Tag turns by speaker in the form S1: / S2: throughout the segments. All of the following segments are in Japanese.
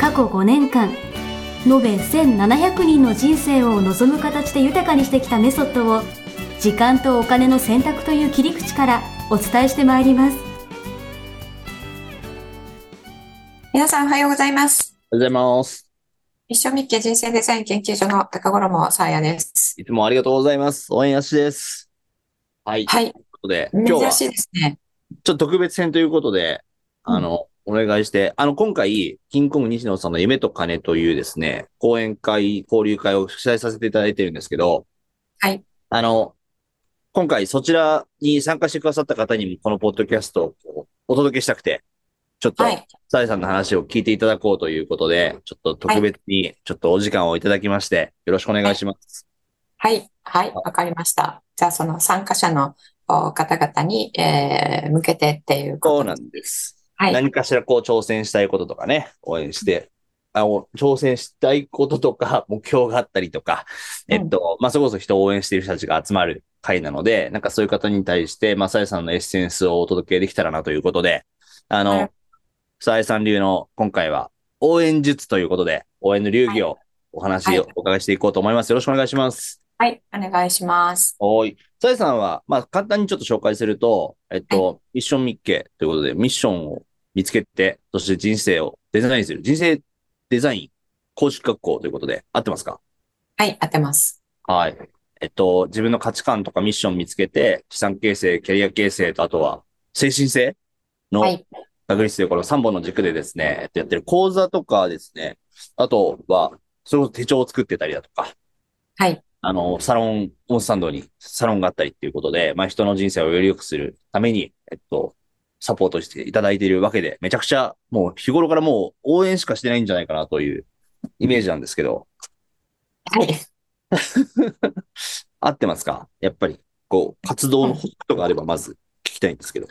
S1: 過去5年間延べ1700人の人生を望む形で豊かにしてきたメソッドを時間とお金の選択という切り口からお伝えしてまいります
S2: 皆さんおはようございます。
S3: おはようございます。
S2: 一生みっけ人生デザイン研究所の高頃さあやです。
S3: いつもありがとうございます。応援やしです。はい。とい
S2: は
S3: う
S2: い。
S3: ことで、今日は
S2: 珍
S3: ち
S2: しいですね。
S3: ょっと特別編ということで、
S2: うん
S3: あの、お願いして、あの、今回、キングコング西野さんの夢と金というですね、講演会、交流会を主催させていただいてるんですけど、
S2: はい。
S3: あの、今回そちらに参加してくださった方にも、このポッドキャストをこうお届けしたくて、ちょっと、
S2: はい。
S3: さえさんの話を聞いていただこうということで、ちょっと特別に、ちょっとお時間をいただきまして、よろしくお願いします。
S2: はい。はい。わかりました。じゃあその参加者のお方々に、えー向けてっていうこと
S3: そうなんです。
S2: はい
S3: 何かしらこう挑戦したいこととかね、応援して、あお挑戦したいこととか、 目標があったりとか、
S2: うん
S3: えっと、まあ、それこそ人を応援している人たちが集まる会なので、なんかそういう方に対して、まあ、さえさんのエッセンスをお届けできたらなということで、あ
S2: は
S3: の
S2: い、
S3: さえさん流の今回は応援術ということで、応援の流儀をお話を
S2: はい
S3: お伺いしていこうと思います。よろしくお願いします。
S2: はい。お願いします。
S3: おーい。さえさんは、まあ、簡単にちょっと紹介すると、えっと、ミッションミッケということで、ミッションを見つけて、そして人生をデザインする。人生デザイン公式学校ということで、合ってますか
S2: はい。当てます。
S3: はい。えっと、自分の価値観とかミッションを見つけて、資産形成、キャリア形成と、あとは、精神性の
S2: はい。
S3: 確率というこの3本の軸でですね、えっとやってる講座とかですね、あとは、それこそ手帳を作ってたりだとか、
S2: はい。
S3: あの、サロン、オンスタンドにサロンがあったりっていうことで、まあ人の人生をより良くするために、えっと、サポートしていただいているわけで、めちゃくちゃもう日頃からもう応援しかしてないんじゃないかなというイメージなんですけど、
S2: はい。
S3: 合ってますかやっぱり、こう、活動の補足とかあればまず聞きたいんですけど。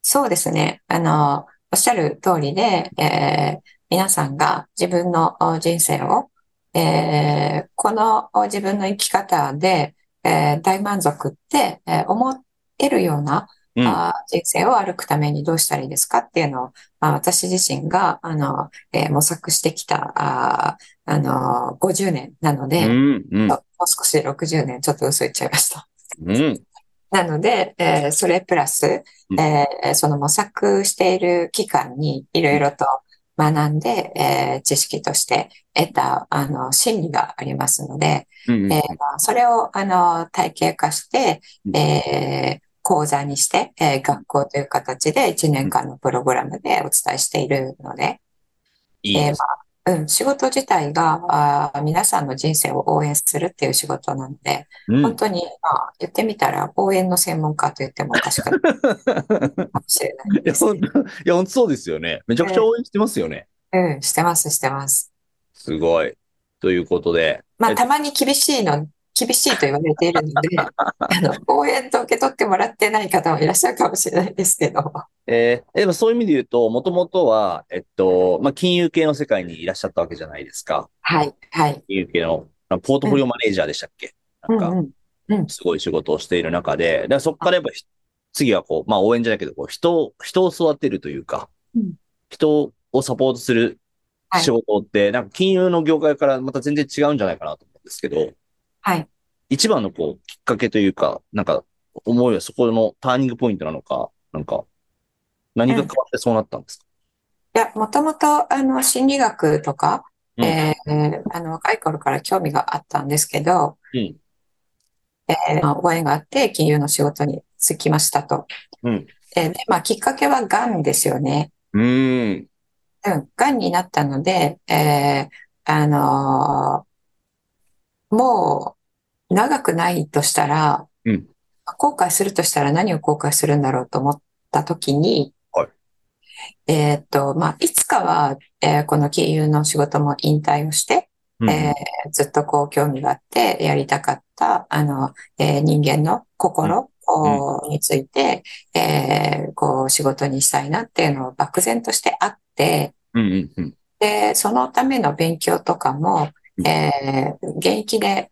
S2: そうですね。あの、おっしゃる通りで、えー皆さんが自分のお人生を、えーこのお自分の生き方で、えー大満足って、えー思えるような、
S3: うん。
S2: あー人生を歩くためにどうしたらいいですかっていうのを、まあ、私自身が、あの、えー模索してきた、あー、あのー50年なの
S3: う
S2: で、
S3: ん、うん
S2: も、う少し60年、ちょっと嘘言っちゃいました。
S3: うん。
S2: なので、えーそれプラス、
S3: うん
S2: えーその模索している期間にいろいろと学んで、えー知識として得た、あの、心理がありますので、
S3: うんうん
S2: えーまあそれを、あの、体系化して、
S3: うん
S2: えー講座にして、えー学校という形で1年間のプログラムでお伝えしているので、
S3: いいです
S2: えーまあうん、仕事自体が、あー皆さんの人生を応援するっていう仕事なので、
S3: うん
S2: 本当に、まあ、言ってみたら、応援の専門家と言ってもおかしくないかもしれない
S3: いや、
S2: です
S3: 本
S2: ね。
S3: 当いや、本当そうですよね。めちゃくちゃ応援してますよね。
S2: うん、してます、してます。
S3: すごい。ということで。
S2: ま
S3: え
S2: あ、
S3: った
S2: まに厳しいの、厳しいと言われているの で、あの、応援と受け取ってもらってない方もいらっしゃるかもしれないですけど、
S3: えー、でもそういう意味で言うと、もともとは、えっと、まあ、金融系の世界にいらっしゃったわけじゃないですか。
S2: はい、はい。
S3: 金融系の、あのポートフォリオマネージャーでしたっけ、
S2: うん
S3: なんか、
S2: うん、
S3: すごい仕事をしている中で、だからそこからやっぱひ、次はこう、まあ、応援じゃないけど、こう、人を、人を育てるというか、
S2: うん
S3: 人をサポートする仕事って、なんか金融の業界からまた全然違うんじゃないかなと思うんですけど、
S2: はい。
S3: 一番のこう、きっかけというか、なんか、思いはそこのターニングポイントなのか、なんか、何が変わってそうなったんですか、
S2: いや、もともと、あの、心理学とか、
S3: うん
S2: えーあの、若い頃から興味があったんですけど、
S3: うん
S2: えーまあご縁があって、金融の仕事に就きましたと。
S3: うん
S2: えーで、まあ、きっかけはがんですよね。
S3: うーん。
S2: うん、がんになったので、えーあのーもう長くないとしたら
S3: うん、
S2: 後悔するとしたら何を後悔するんだろうと思った時に
S3: はい、
S2: えーっと、まあ、いつかは、えーこの金融の仕事も引退をして、
S3: うん
S2: えーずっとこう興味があってやりたかった、あの、えー人間の心こうについて、えーこう仕事にしたいなっていうのを漠然としてあって、
S3: うんうんうん。
S2: で、そのための勉強とかも
S3: う、ん
S2: えー現役で、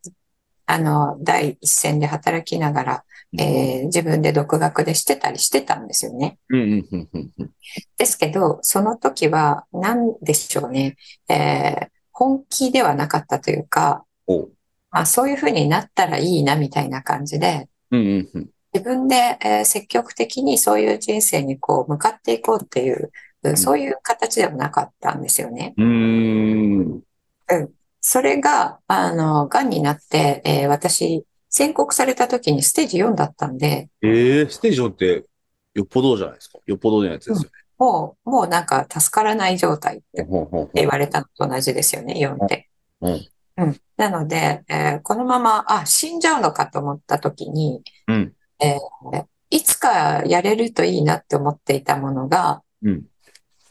S2: あの、第一線で働きながら、えー自分で独学でしてたりしてたんですよね。
S3: うんうんうんうんうん。
S2: ですけど、その時は何でしょうね、えー本気ではなかったというか、
S3: おう。
S2: まあ、そういうふうになったらいいなみたいな感じで、
S3: うんうんうん。
S2: 自分で、えー積極的にそういう人生にこう向かっていこうっていう、
S3: ん
S2: そういう形ではなかったんですよね。
S3: うーん。
S2: それが、あの、癌になって、えー私、宣告された時にステージ4だったんで、
S3: ええステージ4って、よっぽどじゃないですか。よっぽどのやつですよ
S2: もう、もうなんか助からない状態って
S3: ね。ほうほうほ
S2: 言われたのと同じですよね、4って。
S3: うん
S2: うんなので、えーこのまま、あ、死んじゃうのかと思った時に、
S3: う。うん。
S2: いつかやれるといいなって思っていたものが、
S3: うん。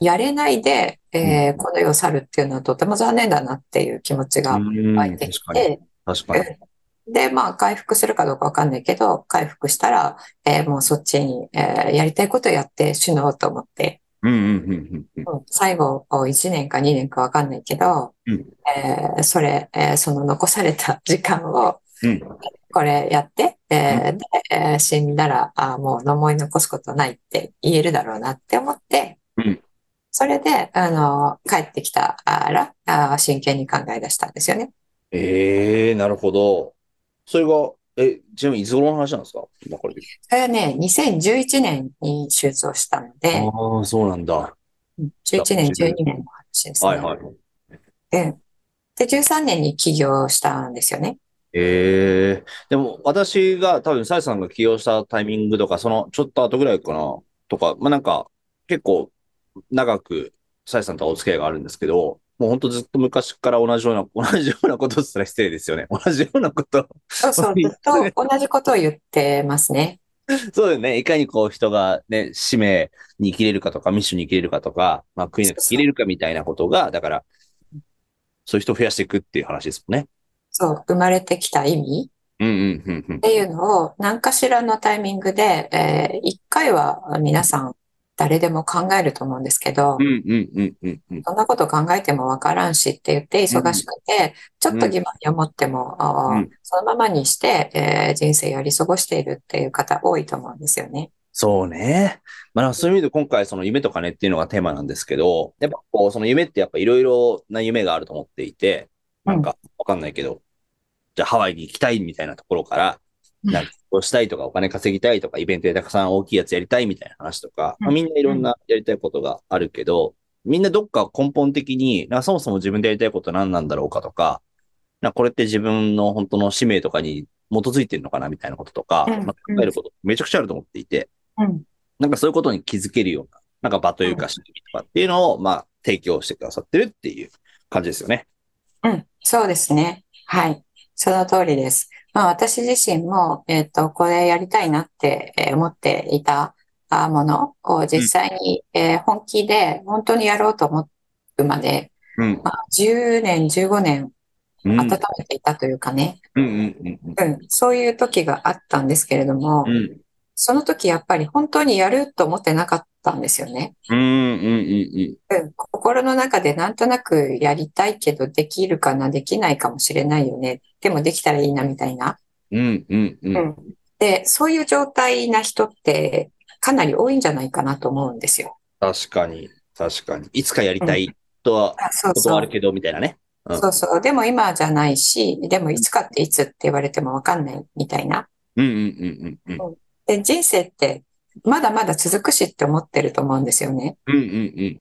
S2: やれないで、えー
S3: うん
S2: この世を去るっていうのはとても残念だなっていう気持ちが
S3: うん
S2: 湧い
S3: 確
S2: てき
S3: かに。
S2: て、
S3: 確かに。
S2: で、まあ、回復するかどうかわかんないけど、回復したら、えーもうそっちに、えーやりたいことやって死のうと思って、
S3: うんうんうんうん
S2: うん最後、こう1年か2年かわかんないけど、
S3: うん
S2: えーそれ、えーその残された時間を、
S3: うん。
S2: これやって、えーでえー死んだら、あーもう思い残すことないって言えるだろうなって思って、
S3: うん
S2: それで、あの、帰ってきたら、あー真剣に考え出したんですよね。
S3: ええなるほど。それが、え、ちなみにいつ頃の話なんですか今からで。
S2: それはね、2011年に手術をしたので、
S3: ああ、そうなんだ。は
S2: 11年、12年の話です
S3: い
S2: ね。
S3: はい。
S2: で、13年に起業したんですよね。
S3: ええでも私が多分、サイさんが起用したタイミングとか、そのちょっと後ぐらいかな、とか、まあなんか、結構長くサイさんとはお付き合いがあるんですけど、もう本当ずっと昔から同じような、同 じようなことすら失礼ですよね。同じようなこと。
S2: そうそう、ずっと同じことを言ってますね。
S3: そうだよね。いかにこう人がね、使命に生きれるかとか、ミッションに生きれるかとか、まあ悔いなく生きれるかみたいなことが、だから、そういう人を増やしていくっていう話ですもんね。
S2: そう、生まれてきた意味。
S3: うんうんうんうん
S2: っ。ていうのを何かしらのタイミングで、えー一回は皆さん誰でも考えると思うんですけど
S3: う、んうんうんうんうん。
S2: そんなこと考えてもわからんしって言って忙しくて、ちょっと疑問に思っても、あー
S3: うん
S2: そのままにして、えー人生やり過ごしているっていう方多いと思うんですよね。
S3: そうね。まあ、そういう意味で今回その夢と金っていうのがテーマなんですけど、やっぱこう、その夢ってやっぱいろいろな夢があると思っていて、なんかわかんないけど、じゃあハワイに行きたいみたいなところから、
S2: うん
S3: なんかこうしたいとかお金稼ぎたいとかイベントでたくさん大きいやつやりたいみたいな話とか、まあ
S2: うん
S3: みんないろんなやりたいことがあるけど、みんなどっか根本的に、なんかそもそも自分でやりたいこと何なんだろうかとか、なんかこれって自分の本当の使命とかに基づいてるのかなみたいなこととか、
S2: うん
S3: まあ考えることめちゃくちゃあると思っていて、
S2: うん
S3: なんかそういうことに気づけるような、なんか場というか仕組みとかっていうのを、まあ、提供してくださってるっていう感じですよね。
S2: うん、そうですね。はい。その通りです。まあ私自身も、えっと、これやりたいなってえー思っていたあーものを実際に、えー本気で本当にやろうと思うまで、
S3: うん。
S2: まあ、10年、15年
S3: うん。うん
S2: 温めていたというかね、
S3: うんうんうん。
S2: うん、そういう時があったんですけれども
S3: う、ん。
S2: その時やっぱり本当にやると思ってなかったんですよね。
S3: うんうんうん
S2: うん、心の中でなんとなくやりたいけどできるかな、できないかもしれないよね。でもできたらいいなみたいな。
S3: うん。うんうんうん。
S2: で、そういう状態な人ってかなり多いんじゃないかなと思うんですよ。
S3: 確かに。確かに。いつかやりたいとは、
S2: あそう
S3: ことは
S2: そ
S3: あ
S2: う
S3: る。けど、みたいなね。うん
S2: そうそう。でも今じゃないし、でもいつかっていつって言われてもわかんないみたいな。
S3: うんうんうんうん。
S2: で、人生ってまだまだ続くしって思ってると思うんですよね。
S3: うんうん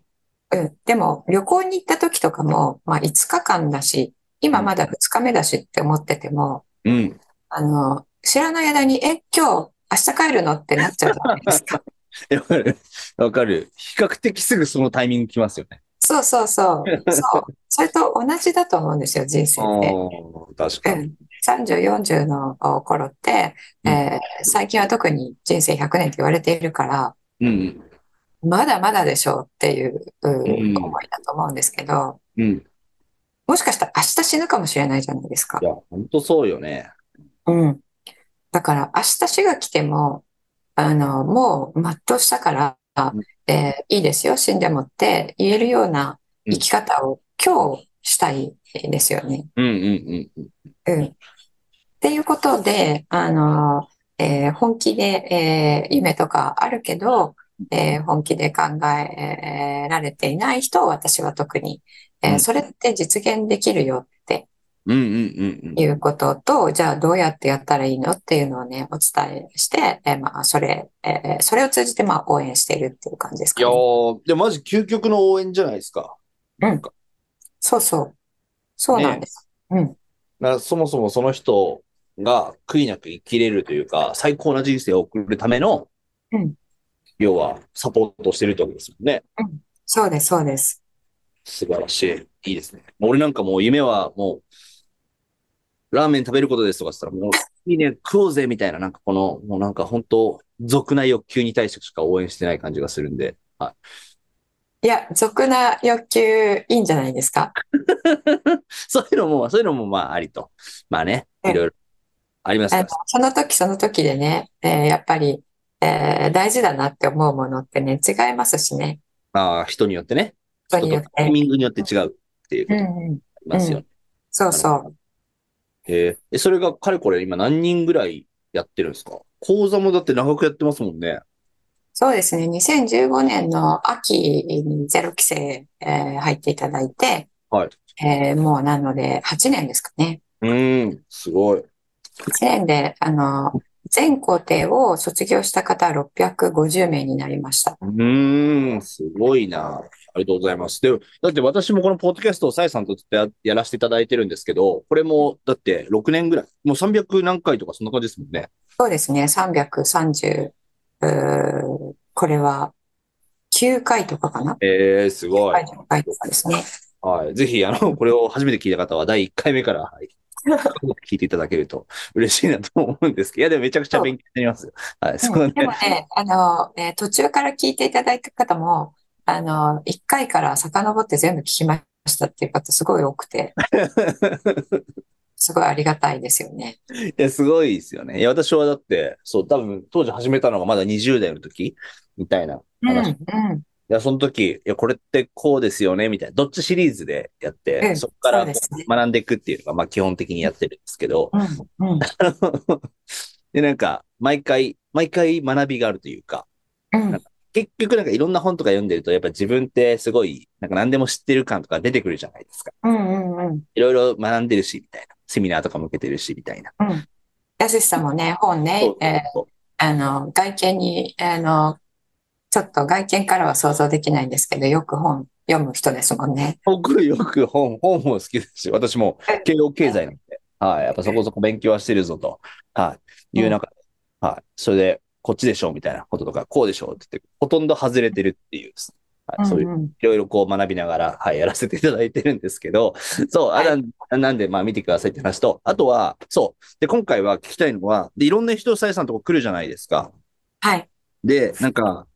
S3: う
S2: う
S3: ん。
S2: ん。でも旅行に行った時とかも、まあ5日間だし、今まだ2日目だしって思ってても、
S3: うん。
S2: あの、知らない間に、え、今日、明日帰るのってなっちゃうじゃない ですか。
S3: わかる。わかる。比較的すぐそのタイミング来ますよね。
S2: そうそうそう。そう。それと同じだと思うんですよ、人生って。
S3: あ。確か
S2: う
S3: に。
S2: ん、30、40の頃って、えー最近は特に人生100年って言われているから、
S3: うん
S2: まだまだでしょうっていう
S3: うん
S2: 思いだと思うんですけど、
S3: うん。い
S2: もしかしたら明日死ぬかもしれないじゃないですか。
S3: や、本当そうよね。
S2: うん。だから明日死が来ても、あの、もう全うしたから
S3: うん、
S2: えーいいですよ、死んでもって言えるような
S3: うん
S2: 生き方を今日したいですよね。
S3: うんうんうん。
S2: うん。っていうことで、あの、えー本気で、えー夢とかあるけど、えー本気で考えられていない人を私は特に、えー
S3: うん
S2: それって実現できるよって
S3: うんうんうんうん。
S2: いうことと、じゃあどうやってやったらいいのっていうのをね、お伝えして、えーまあ、それ、えーそれを通じて、まあ、応援しているっていう感じです
S3: い
S2: か
S3: や
S2: ね。
S3: ー、でもマジ究極の応援じゃないですか。
S2: うん
S3: なんか、
S2: そうそう。そうなんです。うん。
S3: だからそもそもその人が悔いなく生きれるというか、最高な人生を送るための、
S2: うん
S3: 要はサポートしてるってことですもんね。
S2: そうです、そうです。
S3: 素晴らしい。いいですね。もう俺なんかもう夢はもう、ラーメン食べることですとかしたらもう、いいね、食おうぜみたいな、なんかこの、もうなんか本当、俗な欲求に対してしか応援してない感じがするんで、はい
S2: や、俗な欲求いいんじゃないですか。
S3: い。そういうのも、そういうのもまあありと。まあね、いろいろありますか
S2: あの
S3: ら。、
S2: その時その時でね、えーやっぱり、えー大事だなって思うものってね、違いますしね。
S3: まあ人によってね、人
S2: 人によ
S3: と
S2: っ
S3: タイ
S2: て。
S3: ミングによって違うっていうこ
S2: う
S3: と
S2: ん
S3: があ
S2: うん。
S3: りますよね。
S2: そうそう。
S3: ええそれがかれこれ今何人ぐらいやってるんですか講座もだって長くやってますもんね。
S2: そうですね。2015年の秋にゼロ期生、えー入っていただいて、
S3: はい
S2: えーもうなので8年ですかね。
S3: うん、すごい。
S2: 8年で、あの、全校程を卒業した方650名になりました。
S3: うーん、すごいな。ありがとうございます。で、だって私もこのポッドキャストをさえさんとずっとややらせていただいてるんですけど、これもだって6年ぐらい、もう300何回とかそんな感じですもんね。
S2: そうですね。330、うーこれは9回とかかな
S3: ええすご
S2: はいい。、はい、そうですね。
S3: はい。ぜひ、あの、 これを初めて聞いた方は、第1回目から、 はい。聞いていただけると嬉しいなと思うんですけど、いや、でもめちゃくちゃ勉強になりますよ。はい、そうなん
S2: で
S3: で
S2: も。ね、あの、えー途中から聞いていただいた方も、あの、1回から遡って全部聞きましたっていう方すごい多くて、すごいありがたいですよね。
S3: いや、す ごいですよね。いや、私はだって、そう、多分、当時始めたのがまだ20代の時みたいな
S2: うん、う
S3: 話。い
S2: ん、
S3: や、その時、いや、これってこうですよねみたいな、どっちシリーズでやって、
S2: うん
S3: そこから
S2: そうですね
S3: 学んでいくっていうのが、まあ、基本的にやってるんですけど、
S2: うん、うん、
S3: で、なんか、毎回、毎回学びがあるというか、
S2: うん、
S3: 結局なんかいろんな本とか読んでると、やっぱ自分ってすごい、なんか何でも知ってる感とか出てくるじゃないですか。
S2: うん、うん、うん。
S3: いろいろ学んでるし、みたいな。セミナーとかも受けてるし、みたいな。
S2: やすしさんもね、本ね、え
S3: そう
S2: ーあの、外見に、あの、ちょっと外見からは想像できないんですけど、よく本読む人ですもんね。
S3: 僕よく本、 本も好きですし、私も
S2: え
S3: 慶応経済なんで、はい、やっぱそこそこ勉強はしてるぞと、はい、いう中で、はい、それで、こっちでしょうみたいなこととか、こうでしょうって言って、ほとんど外れてるっていうですね、はい、そういう、
S2: うんうん
S3: いろいろこう学びながら、はい、やらせていただいてるんですけど、そう、あ
S2: は
S3: なんなんで、まあ見てくださいって話と、あとは、そう、で、今回は聞きたいのは、で、いろんな人、さえさんとこ来るじゃないですか。
S2: はい。
S3: で、なんか、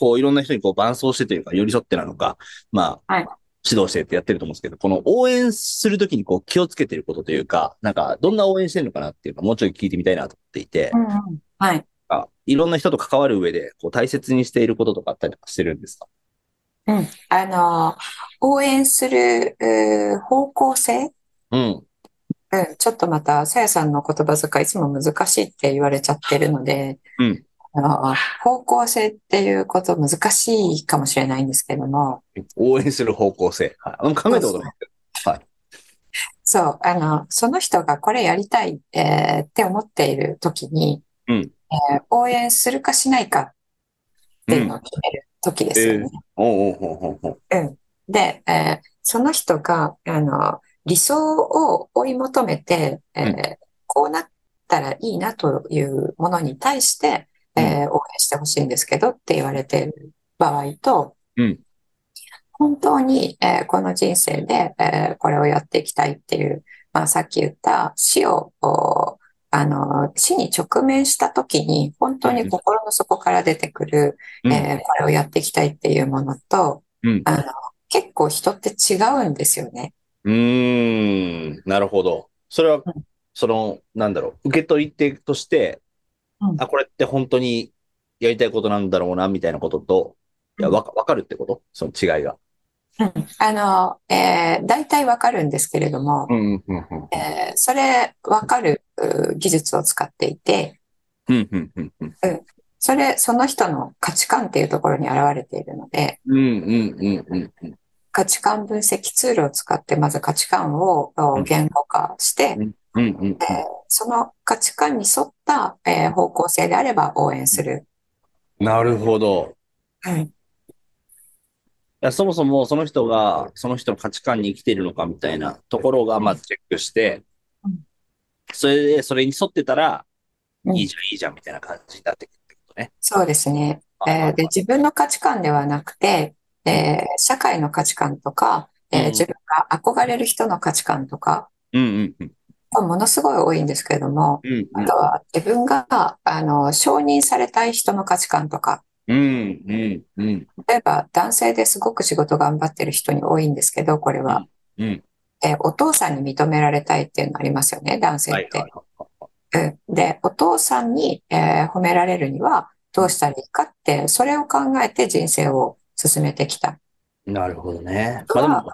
S3: こういろんな人にこう伴走してというか、寄り添ってなのか、まあ、
S2: はい
S3: 指導してってやってると思うんですけど、この応援するときにこう気をつけてることというか、なんかどんな応援してるのかなっていうのをもうちょい聞いてみたいなと思っていて
S2: う、ん、うん。はい。
S3: あいろんな人と関わる上でこう大切にしていることとかあったりとかしてるんですか
S2: うん、あの、応援する、うー方向性、
S3: うん。
S2: うん、ちょっとまた、さやさんの言葉遣い、いつも難しいって言われちゃってるので、
S3: うん
S2: あの、方向性っていうこと難しいかもしれないんですけども、
S3: 応援する方向性。はい。あんま考えたことない。
S2: そう、あの、その人がこれやりたい、えーって思っている時に、
S3: うん
S2: えー応援するかしないかっていうのを決める時ですよね。
S3: おうおうおうおうおう
S2: で、えーその人が、あの、理想を追い求めて、えー
S3: う
S2: こうなったらいいなというものに対して、えー応援してほしいんですけどって言われてる場合と、
S3: うん
S2: 本当に、えーこの人生で、えーこれをやっていきたいっていう、まあ、さっき言った死を、おあの、死に直面した時に、本当に心の底から出てくる、
S3: うん
S2: えーこれをやっていきたいっていうものと、
S3: うん
S2: あの、結構人って違うんですよね。
S3: うーん、なるほど。それは
S2: う、
S3: その、なんだろう、受け取り手として、
S2: うん
S3: あ、これって本当にやりたいことなんだろうな、みたいなことと、いや、
S2: うん
S3: わか、わかるってことその違いが。
S2: あの、えー大体わかるんですけれども、
S3: うん、うん、うん。
S2: えーそれわかるう技術を使っていて、
S3: うん、うん、うん、うん。
S2: それ、その人の価値観っていうところに現れているので、
S3: うん、うん、うん、うん。
S2: 価値観分析ツールを使って、まず価値観を
S3: う
S2: お
S3: ん
S2: 言語化して、
S3: うん、うん。
S2: その価値観に沿った、えー方向性であれば応援する。
S3: なるほど。
S2: はい。
S3: いやそもそもその人が、その人の価値観に生きているのかみたいなところが、まずチェックして
S2: うん、
S3: それで、それに沿ってたら、
S2: うん
S3: いいじゃん、いいじゃん、みたいな感じになってくるってことね。
S2: そうですね。えーで、自分の価値観ではなくて、えー社会の価値観とか、えー
S3: うん
S2: 自分が憧れる人の価値観とか、
S3: うん、うん、うん。
S2: まあものすごい多いんですけれども、
S3: うん、
S2: あとは自分が、あの、承認されたい人の価値観とか、
S3: うん、うん、うん、
S2: 例えば男性ですごく仕事頑張ってる人に多いんですけど、これは。
S3: うん。
S2: えーお父さんに認められたいっていうのありますよね、男性
S3: はい
S2: っ、て。
S3: はい。
S2: うんで、お父さんに、えー褒められるにはどうしたらいいかって、それを考えて人生を進めてきた。
S3: なるほどね。
S2: と
S3: ま
S2: は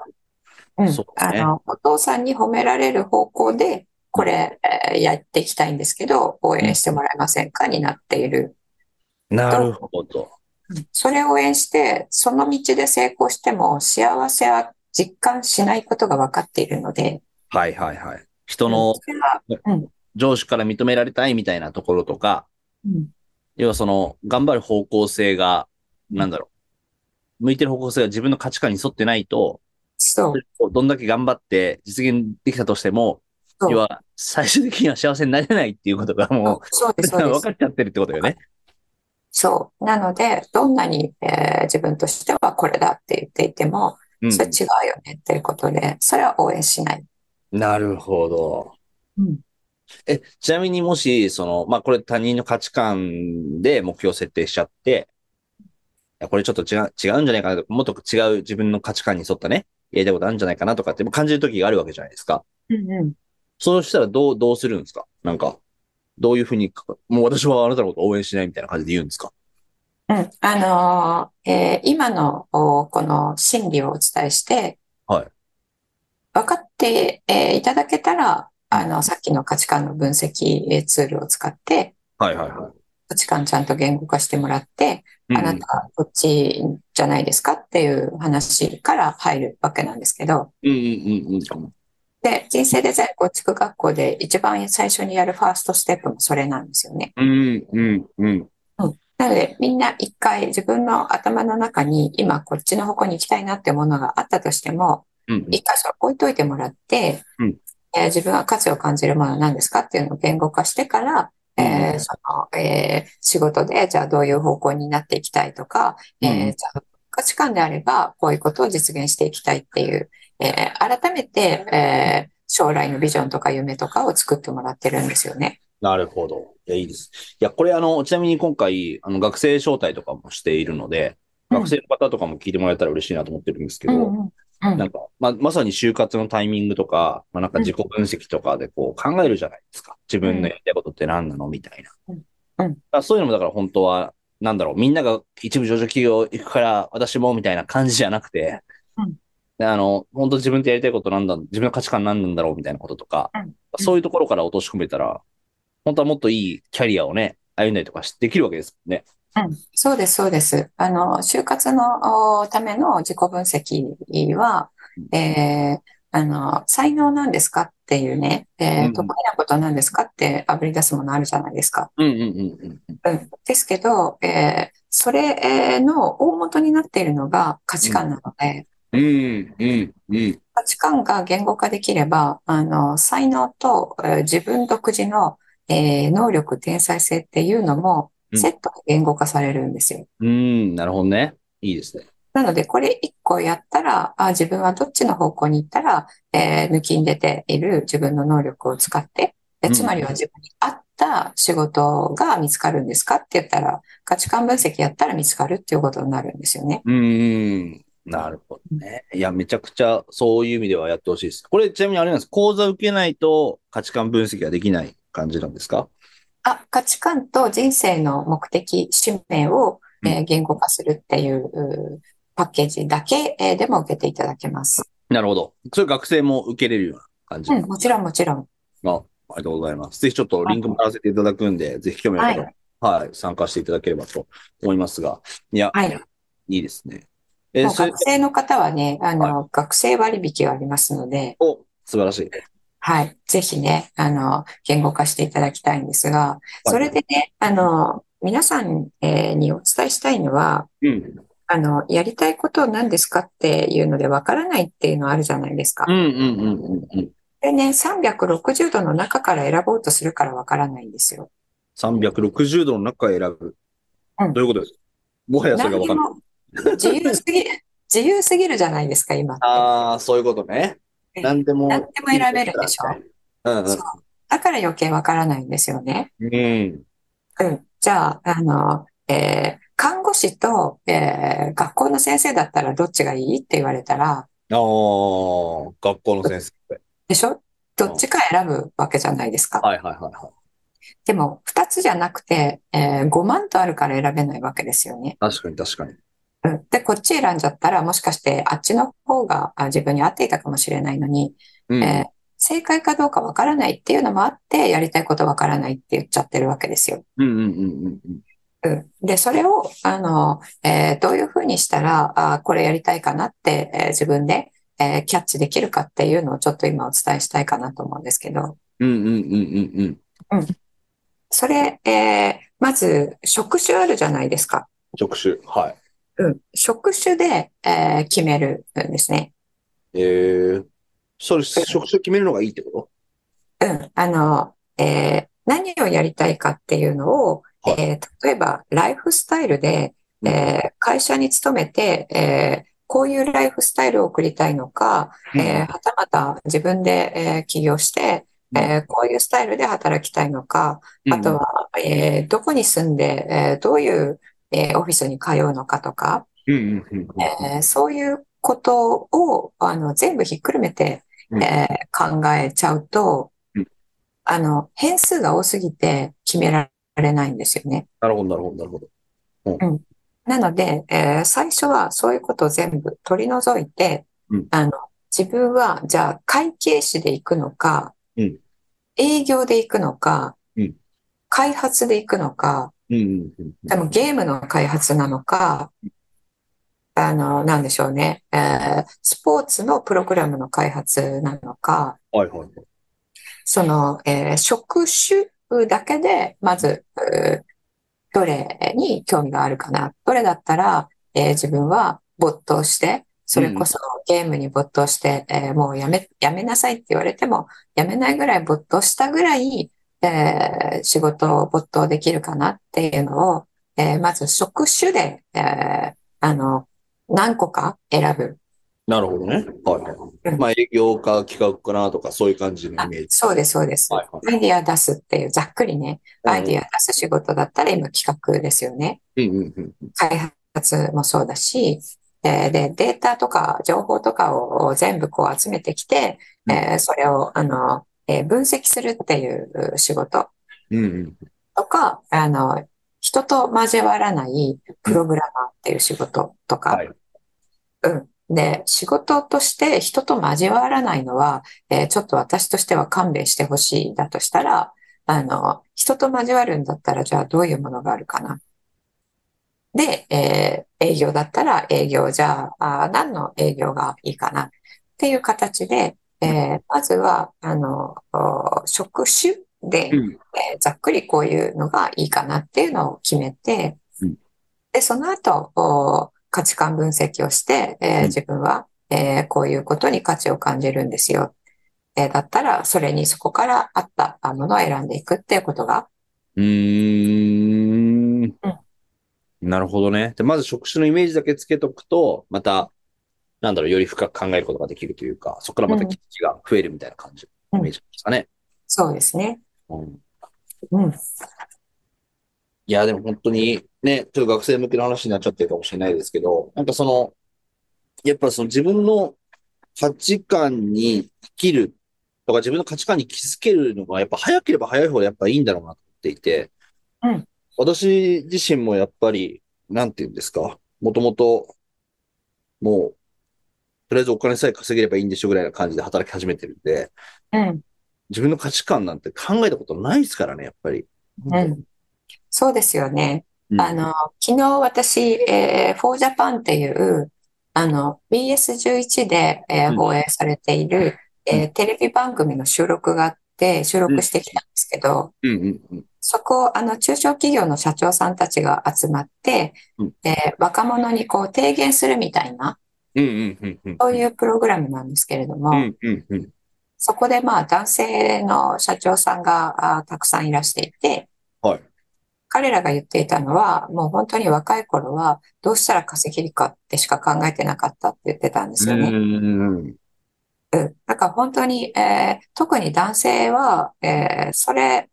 S3: あ
S2: うん
S3: そう
S2: あ
S3: ね
S2: の、お父さんに褒められる方向で、これ、えーやっていきたいんですけど、応援してもらえませんかになっている。
S3: でも、なるほど。
S2: それを応援して、その道で成功しても幸せは実感しないことが分かっているので、
S3: はいはいはい。人の
S2: それは
S3: 上司から認められたいみたいなところとか、
S2: うん
S3: 要はその、頑張る方向性が、なんだろう。向いてる方向性が自分の価値観に沿ってないと、
S2: そう、
S3: どんだけ頑張って実現できたとしても、
S2: そう
S3: 要は最終的には幸せになれないっていうことがも
S2: そう
S3: う、
S2: です、そう
S3: 分
S2: です
S3: か。っちゃってるってことよね。
S2: そう。なので、どんなに、えー自分としてはこれだって言っていても、
S3: うん
S2: それ違うよねっていうことで、それは応援しない。
S3: なるほど。
S2: うん
S3: え、ちなみにもし、その、まあ、これ他人の価値観で目標設定しちゃって、いやこれちょっと違う、違うんじゃないかなと、もっと違う自分の価値観に沿ったね、やりたいことあるんじゃないかなとかって感じる時があるわけじゃないですか。
S2: うんうん。
S3: そうしたらどう、どうするんですかなんか、どういうふうにか、もう私はあなたのこと応援しないみたいな感じで言うんですか
S2: うん、あのーえー今のおこの心理をお伝えして、
S3: はい
S2: 分かって、えーいただけたら、あの、さっきの価値観の分析えーツールを使って、
S3: はいはいは
S2: 価値観ちゃんと言語化してもらって、
S3: い。
S2: あなたはこっちじゃないですかっていう話から入るわけなんですけど、
S3: うんうんうんうん。
S2: で、人生デザイン構築学校で一番最初にやるファーストステップもそれなんですよね。
S3: うんうんうん。
S2: なので、みんな一回自分の頭の中に今こっちの方向に行きたいなってものがあったとしても、
S3: うん
S2: 一箇所置いといてもらって、
S3: うん
S2: えー自分が価値を感じるものは何ですかっていうのを言語化してから、えー
S3: うん
S2: その、えー仕事でじゃあどういう方向になっていきたいとか、
S3: う
S2: え
S3: ん
S2: ーじゃあ価値観であればこういうことを実現していきたいっていう、えー改めて、えー将来のビジョンとか夢とかを作ってもらってるんですよね。
S3: なるほど。いや、いいです。いや、これ、あの、ちなみに今回、あの、学生招待とかもしているので、
S2: うん
S3: 学生の方とかも聞いてもらえたら嬉しいなと思ってるんですけど、
S2: うんうん
S3: なんか、まあ、まさに就活のタイミングとか、まあ、なんか自己分析とかでこう考えるじゃないですか。自分のやりたいことって何なのみたいな。
S2: うんうん
S3: だからそういうのもだから本当は、なんだろう、みんなが一部上場企業行くから私もみたいな感じじゃなくて、
S2: うん
S3: であの、本当自分ってやりたいことなんだ、自分の価値観何なんだろうみたいなこととか、
S2: うん
S3: そういうところから落とし込めたら、本当はもっといいキャリアをね、歩んだりとかしできるわけですもんね。
S2: うん、そうです、そうです。あの、就活のおための自己分析は、えーあの、才能なんですかっていうね、えー
S3: うん
S2: 得意なことなんですかってあぶり出すものあるじゃないですか。
S3: うんうんうんうん。
S2: うん、ですけど、えーそれえーの大元になっているのが価値観なので、
S3: うんうんうん。
S2: 価値観が言語化できれば、あの、才能と、えー自分独自の、えー能力、天才性っていうのも、
S3: うん
S2: セットで言語化されるんですよ。
S3: うん、なるほどね。いいですね。
S2: なので、これ一個やったら、あ、自分はどっちの方向に行ったら、えー抜きん出ている自分の能力を使って、で
S3: うん
S2: つまりは自分に合った仕事が見つかるんですかって言ったら、価値観分析やったら見つかるっていうことになるんですよね。
S3: うーん。なるほどね。いや、めちゃくちゃそういう意味ではやってほしいです。これ、ちなみにあれなんです。講座受けないと価値観分析ができない感じなんですか
S2: あ、価値観と人生の目的、使命を、えー言語化するっていううーパッケージだけ、えーでも受けていただけます。
S3: なるほど。そういう学生も受けれるような感じ。
S2: うん、もちろんもちろん。
S3: あ、ありがとうございます。ぜひちょっとリンクも貼らせていただくんで、ぜひ興味ある方、はい、参加していただければと思いますが。いや、、
S2: はいい。
S3: いですね。えー
S2: もう
S3: それ
S2: 学生の方はね、あの、学生割引がありますので、
S3: お、素晴らしい。
S2: はい。ぜひね、あの、言語化していただきたいんですが、それでね、あの、皆さん、えーにお伝えしたいのは、
S3: うん。
S2: あの、やりたいこと何ですかっていうのでわからないっていうのあるじゃないですか
S3: う。んうんうんうんうん。
S2: でね、360度の中から選ぼうとするからわからないんですよ。
S3: 360度の中から選ぶ。
S2: うん
S3: どういうことですかもはやそれ
S2: 何
S3: がわ
S2: に
S3: かんない。
S2: も自由すぎ、自由すぎるじゃないですか、今って。
S3: ああ、そういうことね。
S2: ええ
S3: 何でも。
S2: 何でも選べるでしょ
S3: うん
S2: そうだから余計わからないんですよね。
S3: うん。うん。
S2: うん。じゃあ、あの、えー看護師と、えー学校の先生だったらどっちがいいって言われたら、
S3: ああ、学校の先生。
S2: でしょどっちか選ぶわけじゃないですか。
S3: はいはいはいはい。
S2: でも、二つじゃなくて、え5万とあるから選べないわけですよね。
S3: 確かに確かに。
S2: うんで、こっち選んじゃったら、もしかしてあっちの方があ自分に合っていたかもしれないのに、
S3: うん。
S2: えー正解かどうかわからないっていうのもあって、やりたいことわからないって言っちゃってるわけですよ。
S3: うんうんうんうんうん。
S2: うんで、それを、あの、えーどういうふうにしたら、あーこれやりたいかなって、えー自分で、えーキャッチできるかっていうのをちょっと今お伝えしたいかなと思うんですけど、
S3: うんうんうんうんうん。
S2: それ、えーまず、職種あるじゃないですか。
S3: 職種。はい。
S2: うん。職種で、えー決めるんですね。
S3: えー、それ、職種決めるのがいいってこ
S2: うん。あの、えー何をやりたいかっていうのを、
S3: はい
S2: えー例えば、ライフスタイルで、
S3: と
S2: えー会社に勤めて、えーこういうライフスタイルを送りたいのか、えーはたまた自分で、えー起業して、えーこういうスタイルで働きたいのか、
S3: うん
S2: あとは、えーどこに住んで、えーどういう、えーオフィスに通うのかとか、
S3: うんうんうんうん
S2: えーそういうことをあの全部ひっくるめて、
S3: うん
S2: えー考えちゃうと
S3: うん、
S2: あの、変数が多すぎて決められないんですよね。
S3: なるほど、なるほど、なるほど。
S2: なので、えー最初はそういうことを全部取り除いて
S3: うん、
S2: あの、自分は、じゃあ会計士で行くのか
S3: うん、
S2: 営業で行くのか
S3: うん、
S2: 開発で行くのか、
S3: うんうんうんうん
S2: でもゲームの開発なのか、あの、なんでしょうね、えースポーツのプログラムの開発なのか、
S3: はいはいはい。
S2: その、えー職種だけで、まず、えーどれに興味があるかな。どれだったら、えー自分は没頭して、それこそゲームに没頭して、えーもうやめ、やめなさいって言われても、やめないぐらい没頭したぐらい、えー仕事を没頭できるかなっていうのを、えーまず職種で、えーあの、何個か選ぶ。
S3: なるほどね。はいはい。まあ、営業か企画かなとか、そういう感じの
S2: あ
S3: イメージ。
S2: そうです、そうです。
S3: はいはい。
S2: アイディア出すっていう、ざっくりね、アイディ
S3: ア。
S2: ア出す仕事だったら今企画ですよね。
S3: うんうんうん。
S2: 開発もそうだし、えーで、データとか情報とかを全部こう集めてきて、
S3: うん
S2: えーそれを、あの、えー分析するっていう仕事
S3: うんうん。
S2: とか、あの、人と交わらないプログラマーっていう仕事とか、
S3: はい
S2: うん。で、仕事として人と交わらないのは、えーちょっと私としては勘弁してほしいだとしたら、あの、人と交わるんだったら、じゃあどういうものがあるかな。で、えー営業だったら営業、じゃあ、あー何の営業がいいかなっていう形で、えーまずは、あの、お職種で、
S3: うん
S2: えーざっくりこういうのがいいかなっていうのを決めて
S3: うん、
S2: で、その後、お価値観分析をして、えー
S3: うん
S2: 自分は、えーこういうことに価値を感じるんですよ。えーだったら、それにそこからあったあものを選んでいくっていうことが、
S3: うーん。なるほどね。で、まず職種のイメージだけつけとくと、また、なんだろう、より深く考えることができるというか、そこからまた
S2: うん
S3: 基地が増えるみたいな感じのイメージですかね。
S2: そうですね。
S3: うん
S2: うん。
S3: いや、でも本当にね、ちょっと学生向けの話になっちゃってるかもしれないですけど、なんかその、やっぱその自分の価値観に生きるとか自分の価値観に気づけるのがやっぱ早ければ早い方がやっぱいいんだろうなっていて、
S2: うん
S3: 私自身もやっぱり、なんて言うんですか、もともと、もう、とりあえずお金さえ稼げればいいんでしょぐらいな感じで働き始めてるんで、
S2: うん。
S3: 自分の価値観なんて考えたことないですからね、やっぱり。
S2: うん。そうですよね。
S3: うん
S2: あの、昨日私、えー、フォージャパンっていう、あの、BS11 で、えー
S3: うん
S2: 放映されている、えーテレビ番組の収録があって、収録してきたんですけど、
S3: うんうんうん。
S2: そこ、あの、中小企業の社長さんたちが集まって
S3: うん、
S2: えー若者にこう、提言するみたいな、
S3: うんうんうんうん。
S2: そういうプログラムなんですけれども、
S3: うんうんうん。
S2: そこでまあ男性の社長さんがあーたくさんいらしていて、
S3: はい
S2: 彼らが言っていたのは、もう本当に若い頃はどうしたら稼げるかってしか考えてなかったって言ってたんですよね。
S3: うん
S2: うん。だから本当に、えー特に男性は、えーそれ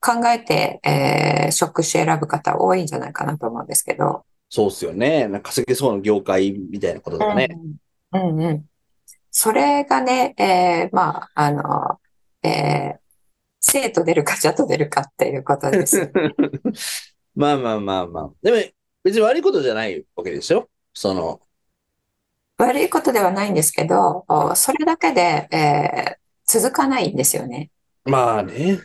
S2: 考えて、えー職種選ぶ方多いんじゃないかなと思うんですけど。
S3: そうっすよね。なんか稼げそうな業界みたいなことだね。
S2: うんうん。それがね、えーまあ、あの、えー、生と出るか、邪と出るかっていうことですよ。
S3: まあまあまあまあ。でも、別に悪いことじゃないわけでしょその、
S2: 悪いことではないんですけど、おそれだけで、えー続かないんですよね。
S3: まあね。
S2: うん
S3: そ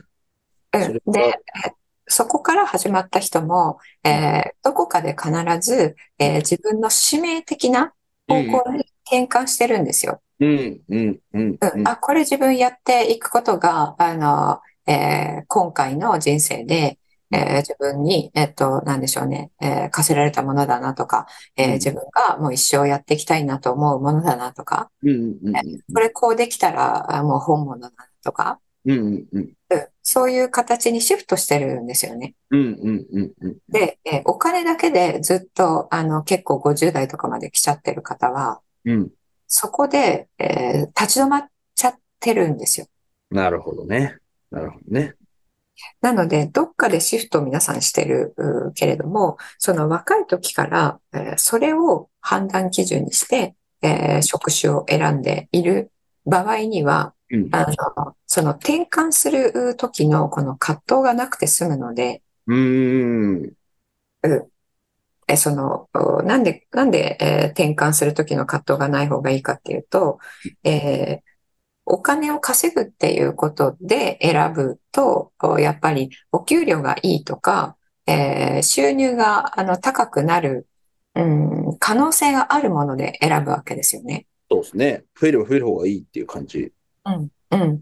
S3: れは
S2: で、えーそこから始まった人も、えーどこかで必ず、えー自分の使命的な方向に転換してるんですよ。
S3: うん、うん、うん。
S2: うんあ、これ自分やっていくことが、あの、えー今回の人生で、えー自分に、えっと、なんでしょうね、えー課せられたものだなとか、えー
S3: うん
S2: 自分がもう一生やっていきたいなと思うものだなとか、
S3: うん、うん、
S2: これこうできたらあもう本物だなとか、
S3: うん、うん、
S2: う
S3: うん、
S2: んそういう形にシフトしてるんですよね。
S3: うん、うん、うん、うん。
S2: で、えーお金だけでずっと、あの、結構50代とかまで来ちゃってる方は、
S3: うん。
S2: そこで、えー立ち止まっちゃってるんですよ。
S3: なるほどね。なるほどね。
S2: なので、どっかでシフトを皆さんしてるうーけれども、その若い時から、えーそれを判断基準にして、えー職種を選んでいる場合には、
S3: うん。
S2: あの、その転換するうー時のこの葛藤がなくて済むので、
S3: うーん。
S2: えーその、おなんで、なんで、えー転換する時の葛藤がない方がいいかっていうと、えーお金を稼ぐっていうことで選ぶと、おやっぱりお給料がいいとか、えー収入があの高くなる、うん、可能性があるもので選ぶわけですよね。
S3: そうですね。増えれば増える方がいいっていう感じ。
S2: うん。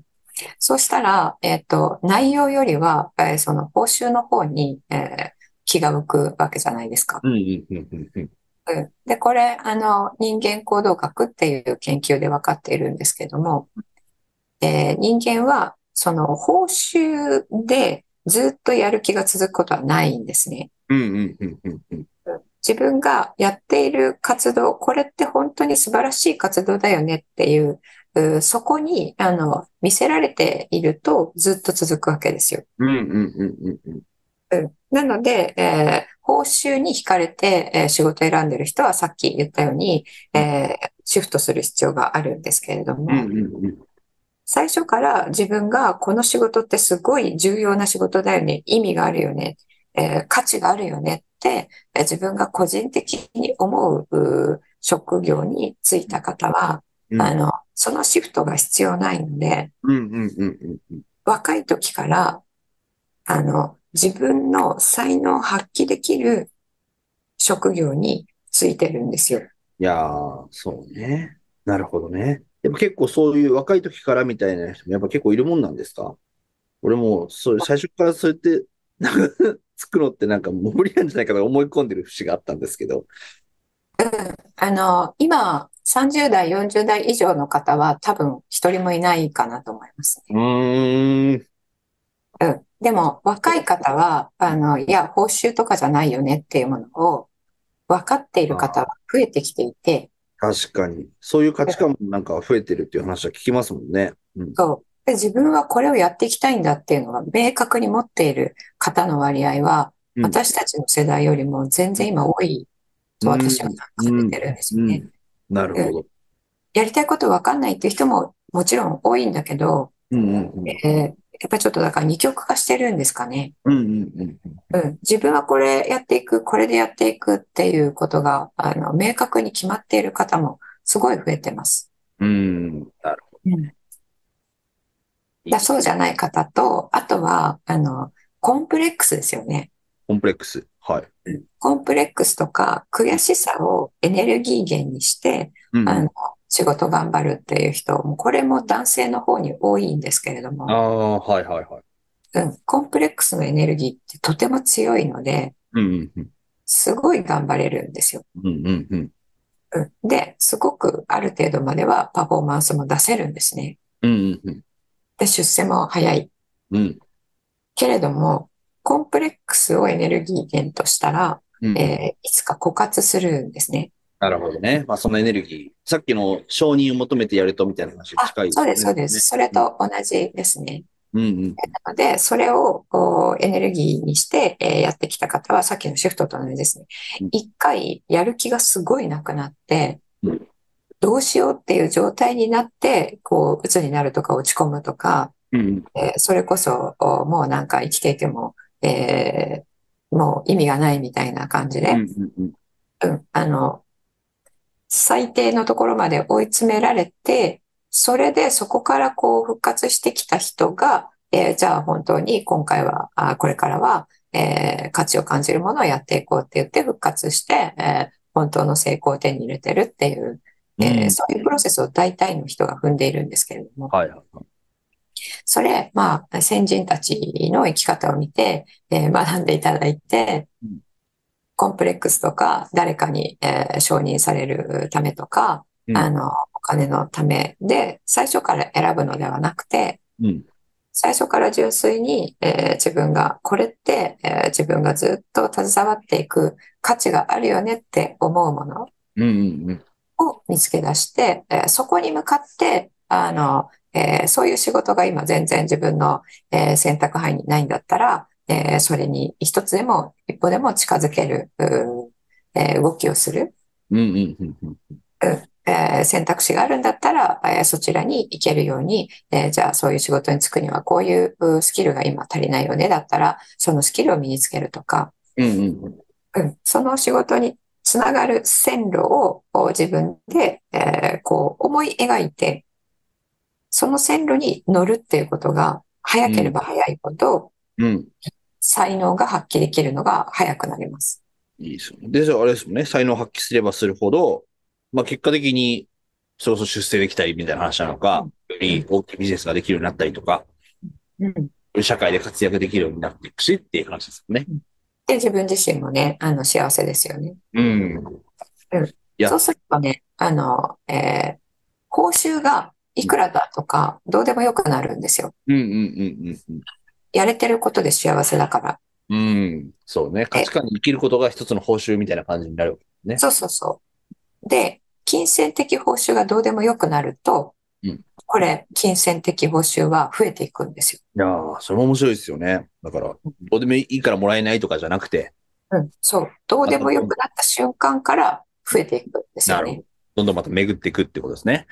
S2: そうしたら、えっと、内容よりは、えーその報酬の方に、えー気が向くわけじゃないですか。
S3: うん、うん、うん、うん、うん。
S2: うんで、これ、あの、人間行動学っていう研究で分かっているんですけども、えー人間は、その報酬でずっとやる気が続くことはないんですね。
S3: うん、うん、うん、うん。
S2: 自分がやっている活動、これって本当に素晴らしい活動だよねっていう、うそこに、あの、見せられているとずっと続くわけですよ。
S3: うん、うん、うん、うん。
S2: うんなので、えー報酬に惹かれて、えー仕事を選んでる人はさっき言ったように、えーシフトする必要があるんですけれども、
S3: うん、うん、うん。
S2: 最初から自分がこの仕事ってすごい重要な仕事だよね、意味があるよね、えー価値があるよねって、えー自分が個人的に思ううー職業に就いた方は、
S3: うん
S2: あの、そのシフトが必要ないので、
S3: うん、うん、うん、うん。
S2: 若い時から、あの、自分の才能を発揮できる職業についてるんですよ。
S3: いやー、そうね。なるほどね。でも結構そういう若い時からみたいな人もやっぱ結構いるもんなんですか俺もそういう最初からそうやって、なんか つくのってなんかもう無理なんじゃないかと思い込んでる節があったんですけど。
S2: あの、今、30代、40代以上の方は多分一人もいないかなと思いますね。
S3: うーん。
S2: うん。でも、若い方は、あの、いや、報酬とかじゃないよねっていうものを分かっている方は増えてきていて、
S3: 確かに。そういう価値観もなんか増えてるっていう話は聞きますもんね。うん。
S2: そう。で自分はこれをやっていきたいんだっていうのが明確に持っている方の割合は、
S3: うん
S2: 私たちの世代よりも全然今多いと私は感じてるんですよね。
S3: うんなるほど。
S2: やりたいことわかんないっていう人ももちろん多いんだけど、
S3: うんうんうん。
S2: えーやっぱりちょっとだから二極化してるんですかね。
S3: うんうんうん。
S2: うん、自分はこれやっていく、これでやっていくっていうことが、あの、明確に決まっている方もすごい増えてます。
S3: うん。なるほ
S2: だそうじゃない方と、あとは、あの、コンプレックスですよね。
S3: ど。コンプレックス。はい。
S2: コンプレックスとか悔しさをエネルギー源にして、
S3: うん。
S2: あ
S3: あ
S2: の、仕事頑張るっていう人も、これも男性の方に多いんですけれども、
S3: あー、はいはいはい。
S2: うん、コンプレックスのエネルギーってとても強いので、
S3: うんうん
S2: すごい頑張れるんですよ。
S3: うん。うんうんうん。
S2: うんで、すごくある程度まではパフォーマンスも出せるんですね。
S3: うんうん
S2: で、出世も早い。
S3: うん。うん
S2: けれども、コンプレックスをエネルギー源としたら、
S3: うん。
S2: えーいつか枯渇するんですね。
S3: なるほどね。まあ、そのエネルギー。さっきの承認を求めてやるとみたいな話に
S2: あ、
S3: 近い
S2: そうです、そうです。
S3: ね。
S2: それと同じですね。
S3: うんうん。
S2: なので、それをこうエネルギーにして、えーやってきた方は、さっきのシフトと同じですね
S3: うん。
S2: 一回やる気がすごいなくなって
S3: うん、
S2: どうしようっていう状態になって、こう、鬱になるとか落ち込むとか、
S3: うん
S2: えーそれこそ、おもうなんか生きていても、えーもう意味がないみたいな感じ
S3: う
S2: で、
S3: んうん
S2: うん、あの、最低のところまで追い詰められて、それでそこからこう復活してきた人が、えーじゃあ本当に今回は、あこれからは、えー価値を感じるものをやっていこうって言って復活して、えー本当の成功を手に入れてるっていう、
S3: うん。
S2: えー
S3: うん
S2: そういうプロセスを大体の人が踏んでいるんですけれども、
S3: はいはいはい。
S2: それ、まあ、先人たちの生き方を見て、えー学んでいただいて
S3: うん、
S2: コンプレックスとか、誰かに、えー承認されるためとか、
S3: うん
S2: あの、お金のためで、最初から選ぶのではなくて、
S3: うん
S2: 最初から純粋に、えー自分が、これって、えー自分がずっと携わっていく価値があるよねって思うもの
S3: うんうんうん。
S2: を見つけ出して、えーそこに向かって、あの、えーそういう仕事が今全然自分の、えー選択範囲にないんだったら、えーそれに一つでも一歩でも近づける、うーえー動きをする、
S3: うんうんうんうん。
S2: えー選択肢があるんだったら、えーそちらに行けるように、えーじゃあそういう仕事に就くにはこういううースキルが今足りないよねだったら、そのスキルを身につけるとか、
S3: うんうんうん。
S2: うん、その仕事につながる線路をこう自分で、えーこう思い描いて、その線路に乗るっていうことが早ければ早いほど、
S3: うん。
S2: 才能が発揮できるのが早くなります。
S3: いいですよね。で、じゃああれですもんね。才能を発揮すればするほど、まあ結果的に、それこそ出世できたりみたいな話なのか、より大きいビジネスができるようになったりとか、社会で活躍できるようになっていくしっていう話ですよね。
S2: で、自分自身もね、あの、幸せですよね。
S3: うん。いや
S2: そうするとね、あの、えー報酬がいくらだとか、どうでもよくなるんですよ。
S3: うんうんうんうん
S2: やれてることで幸せだから。
S3: うん。うん。そうね。価値観に生きることが一つの報酬みたいな感じになる。ね
S2: そうそうそう。で、金銭的報酬がどうでもよくなると
S3: うん、
S2: これ、金銭的報酬は増えていくんですよ。
S3: いやー、それも面白いですよね。だから、どうでもいいからもらえないとかじゃなくて、
S2: うん、そう。どうでもよくなった瞬間から増えていくんですよ
S3: なるほ
S2: ね。
S3: どんどんまた巡っていくってことですね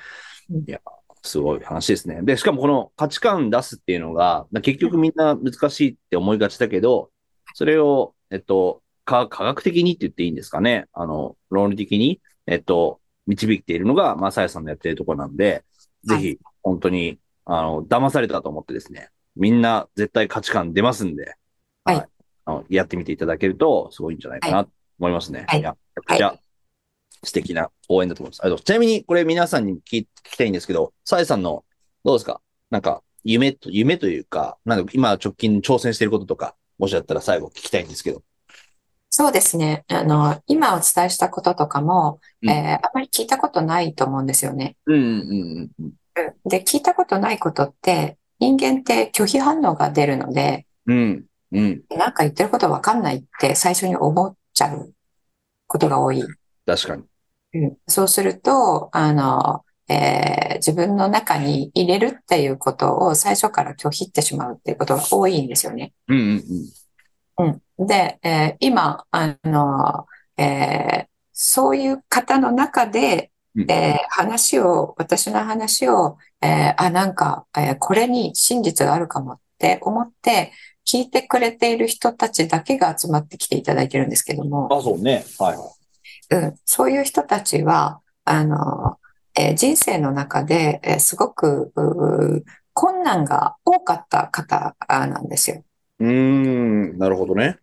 S2: うん。
S3: いや、すごい話ですね。で、しかもこの価値観出すっていうのが、まあ結局みんな難しいって思いがちだけど、それを、えっと、科科学的にって言っていいんですかね。あの、論理的に、えっと、導いているのが、まあ、さやさんのやってるところなんで、ぜ
S2: は
S3: ひ、本当に、あの、騙されたと思ってですね、みんな絶対価値観出ますんで、
S2: はい
S3: あのやってみていただけると、すごいんじゃないかなと思いますね。
S2: はい
S3: いや、めちゃくちゃ素敵な応援だと思います。ありがとうございますちなみに、これ皆さんに聞き聞きたいんですけど、さえさんの、どうですかなんか、夢と、夢というか、なんか今直近挑戦していることとか、もしだったら最後聞きたいんですけど。
S2: そうですね。あの、今お伝えしたこととかも、
S3: うん
S2: えーあまり聞いたことないと思うんですよね。
S3: うんうんうん
S2: で、聞いたことないことって、人間って拒否反応が出るので、
S3: うん。うんうん。
S2: なんか言ってることわかんないって最初に思っちゃうことが多い。
S3: 確かに。
S2: うんそうすると、あの、えー自分の中に入れるっていうことを最初から拒否ってしまうっていうことが多いんですよね。
S3: うんうん
S2: うん。で、えー今、あの、えーそういう方の中で、
S3: うん
S2: えー話を、私の話を、えーあ、なんか、えーこれに真実があるかもって思って、聞いてくれている人たちだけが集まってきていただいてるんですけども、
S3: あ、そうね。はいはい。
S2: うん、そういう人たちは、あの、えー人生の中で、えーすごく、うー困難が多かった方あなんですよ。
S3: うーん、なるほどね。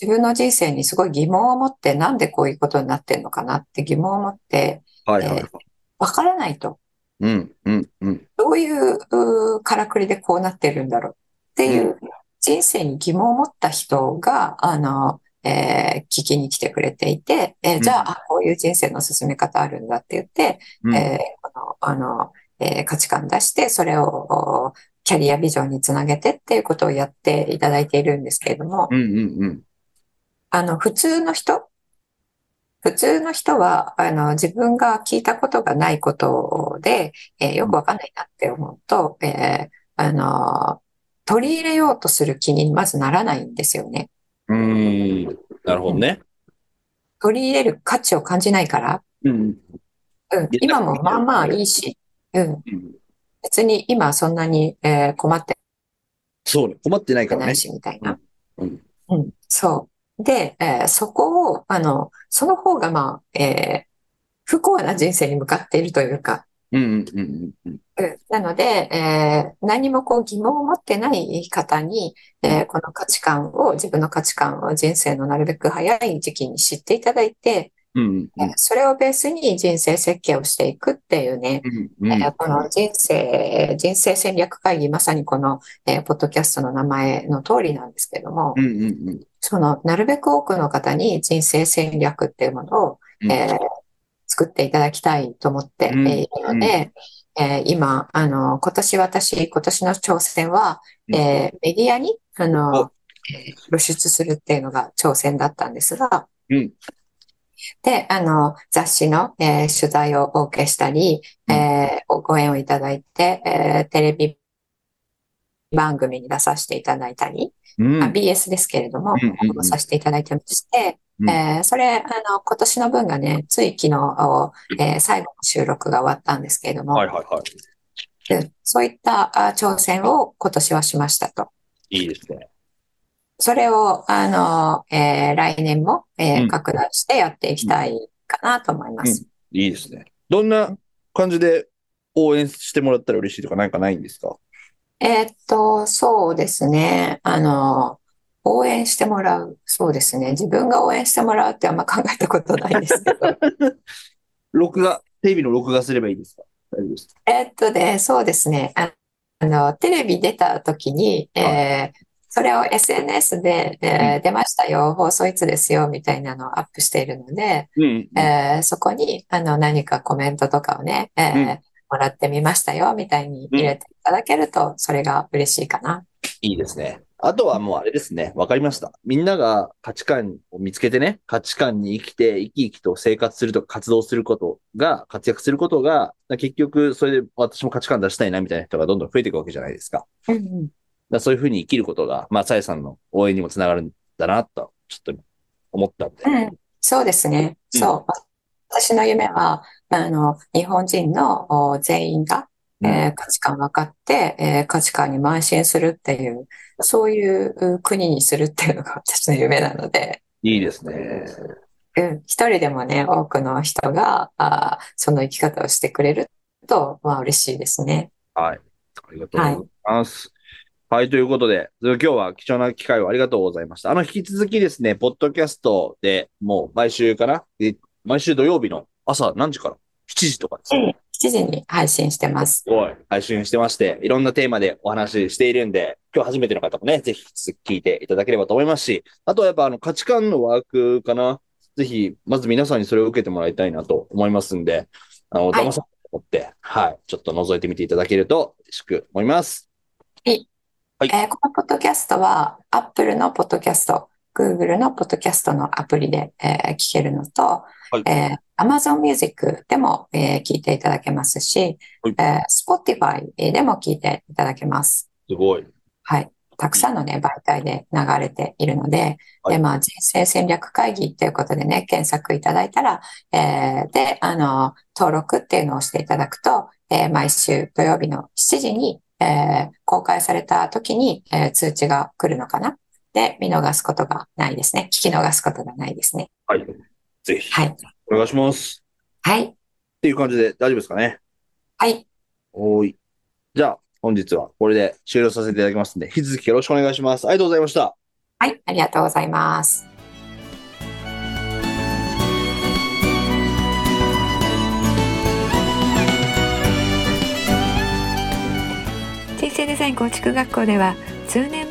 S2: 自分の人生にすごい疑問を持って、なんでこういうことになってんのかなって疑問を持って、
S3: はいはいはい。
S2: わからないと。
S3: うん、うん、うん。
S2: どういううーからくりでこうなってるんだろうっていう人生に疑問を持った人が、あの、えー聞きに来てくれていて、えー
S3: うん
S2: じゃあ、あこういう人生の進め方あるんだって言って、
S3: うん
S2: えーこのあの、えー価値観出して、それをおキャリアビジョンにつなげてっていうことをやっていただいているんですけれども、
S3: うん、うん、うん。
S2: あの、普通の人普通の人は、あの、自分が聞いたことがないことで、えーよくわかんないなって思うと、えーあの、取り入れようとする気にまずならないんですよね。
S3: うーん、なるほどね。
S2: 取り入れる価値を感じないから、
S3: うん、
S2: うん、今もまあまあいいし、うん、
S3: うん。
S2: 別に今そんなに、えー困って
S3: そうね。困ってないから
S2: な
S3: ね
S2: い。し、みたいな。
S3: うん
S2: うん、そう。で、えーそこを、あの、その方が、まあ、えー不幸な人生に向かっているというか、
S3: うん、うん、うん、うん。
S2: うんなので、えー何もこう疑問を持ってない方に、えーこの価値観を、自分の価値観を人生のなるべく早い時期に知っていただいて、
S3: うん、
S2: えーそれをベースに人生設計をしていくっていうね、
S3: うん、
S2: え
S3: うん。
S2: ーこの人生、人生戦略会議、まさにこの、えーポッドキャストの名前の通りなんですけども、
S3: うん、うん、うん。
S2: その、なるべく多くの方に人生戦略っていうものを、
S3: うん
S2: えー作っていただきたいと思って、
S3: うん
S2: えーいるので、えー今、あの、今年私、今年の挑戦は、
S3: うん
S2: えーメディアに、あ
S3: お
S2: の、えー露出するっていうのが挑戦だったんですが、
S3: うん
S2: で、あの、雑誌の、えー取材をお受けしたり、
S3: うん
S2: えーご縁をいただいて、えーテレビ番組に出させていただいたり、
S3: うん、
S2: まあ BS ですけれども
S3: うんうんうん、
S2: させていただいてまして、
S3: うん
S2: えーそれ、あの、今年の分がね、つい昨日、えー最後の収録が終わったんですけれども
S3: はい、はいは
S2: うんそういったあ挑戦を今年はしましたと。
S3: い。いいですね。
S2: それを、あの、えー来年も、えー
S3: うん
S2: 拡大してやっていきたいかなと思います。
S3: いいですね。どんな感じで応援してもらったら嬉しいとかなんかないんですか
S2: えーっと、そうですね。あの、応援してもらう。そうですね。自分が応援してもらうってあんま考えたことないですけど。
S3: 録画、テレビの録画すればいいですか大丈夫ですか
S2: えーっとね、そうですね。ああの、テレビ出た時に、えーそれを SNS で、えー出ましたよ、放送いつですよ、みたいなのをアップしているので、
S3: うん。
S2: えーそこに、あの、何かコメントとかをね、えー
S3: うん
S2: もらってみましたよ、みたいに入れていただけると、それが嬉しいかな。
S3: いいですね。あとはもうあれですね。わかりました。みんなが価値観を見つけてね、価値観に生きて、生き生きと生活するとか活動することが、活躍することが、結局、それで私も価値観出したいなみたいな人がどんどん増えていくわけじゃないですか。だか
S2: うんうん
S3: らそういうふうに生きることが、まあ、さやさんの応援にもつながるんだな、と、ちょっと思ったんで。
S2: うん、そうですね。
S3: うん
S2: そう。私の夢は、あの、日本人のお全員が、
S3: うん
S2: えー価値観分かって、えー価値観に邁進するっていう、そういうう国にするっていうのが私の夢なので、
S3: いいですね。
S2: うん、一人でもね、多くの人が、あーその生き方をしてくれると、まあ嬉しいですね。
S3: はい。ありがとうございます。はい、ということで、今日は貴重な機会をありがとうございました。あの、引き続きですね、ポッドキャストでもう毎週かなえ毎週土曜日の朝何時から ?7 時とかですね。
S2: 7時に配信してます。
S3: すごい。配信してまして、いろんなテーマでお話ししているんで、今日初めての方もね、ぜひ引き続き聞いていただければと思いますし、あとはやっぱあの価値観のワークかな。ぜひ、まず皆さんにそれを受けてもらいたいなと思いますんで、あの、
S2: はい
S3: 騙されと思って、はい、ちょっと覗いてみていただけると嬉しく思います。
S2: えーこのポッドキャストは、Apple のポッドキャスト、
S4: Google のポッドキャストのアプリで、えー聞けるのと、
S3: はい
S4: えー Amazon Music でも、えー聞いていただけますし、
S3: はい
S4: えー Spotify でも聞いていただけます。
S3: すごい。
S4: はい。たくさんのね、媒体で流れているので、
S3: はい
S4: で、まあ、人生戦略会議ということでね、検索いただいたら、えーで、あの、登録っていうのをしていただくと、えー毎週土曜日の7時に、えー公開された時に、えー通知が来るのかなで、見逃すことがないですね。聞き逃すことがないですね。
S3: はい。ぜひ。
S4: はい。
S3: お願いします。
S4: はい。
S3: っていう感じで大丈夫ですかね。
S4: はい。
S3: おーい。じゃあ、本日はこれで終了させていただきますんで、引き続きよろしくお願いします。ありがとうございました。
S4: はい。ありがとうございます。
S2: 人生デザイン構築学校では通年